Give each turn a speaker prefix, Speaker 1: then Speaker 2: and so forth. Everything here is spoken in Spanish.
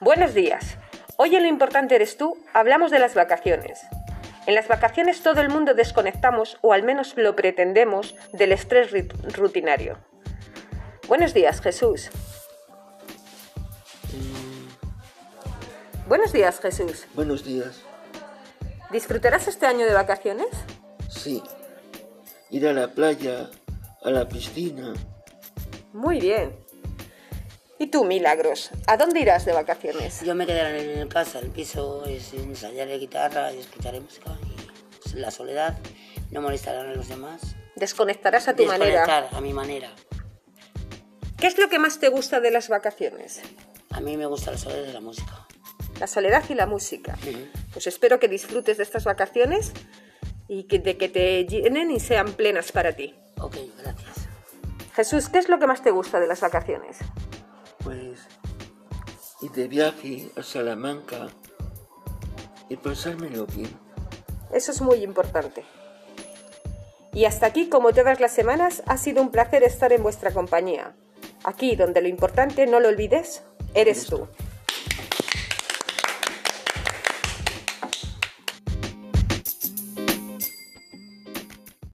Speaker 1: Buenos días. Hoy en Lo Importante Eres Tú hablamos de las vacaciones. En las vacaciones todo el mundo desconectamos, o al menos lo pretendemos, del estrés rit- rutinario. Buenos días, Jesús. Buenos días, Jesús.
Speaker 2: Buenos días.
Speaker 1: ¿Disfrutarás este año de vacaciones?
Speaker 2: Sí. Ir a la playa, a la piscina.
Speaker 1: Muy bien. ¿Y tú, Milagros? ¿A dónde irás de vacaciones?
Speaker 3: Yo me quedaré en casa, el piso, es ensayaré guitarra y escucharé música. Y pues, la soledad no molestará a los demás.
Speaker 1: Desconectarás a tu manera.
Speaker 3: Desconectar a mi manera.
Speaker 1: ¿Qué es lo que más te gusta de las vacaciones?
Speaker 3: A mí me gusta la soledad de la música.
Speaker 1: La soledad y la música.
Speaker 3: Ujú.
Speaker 1: Pues espero que disfrutes de estas vacaciones y que, de que te llenen y sean plenas para ti.
Speaker 3: Ok, gracias.
Speaker 1: Jesús, ¿qué es lo que más te gusta de las vacaciones?
Speaker 2: Pues ir de viaje a Salamanca y pasármelo bien.
Speaker 1: Eso es muy importante. Y hasta aquí, como todas las semanas, ha sido un placer estar en vuestra compañía. Aquí, donde lo importante, no lo olvides, eres tú.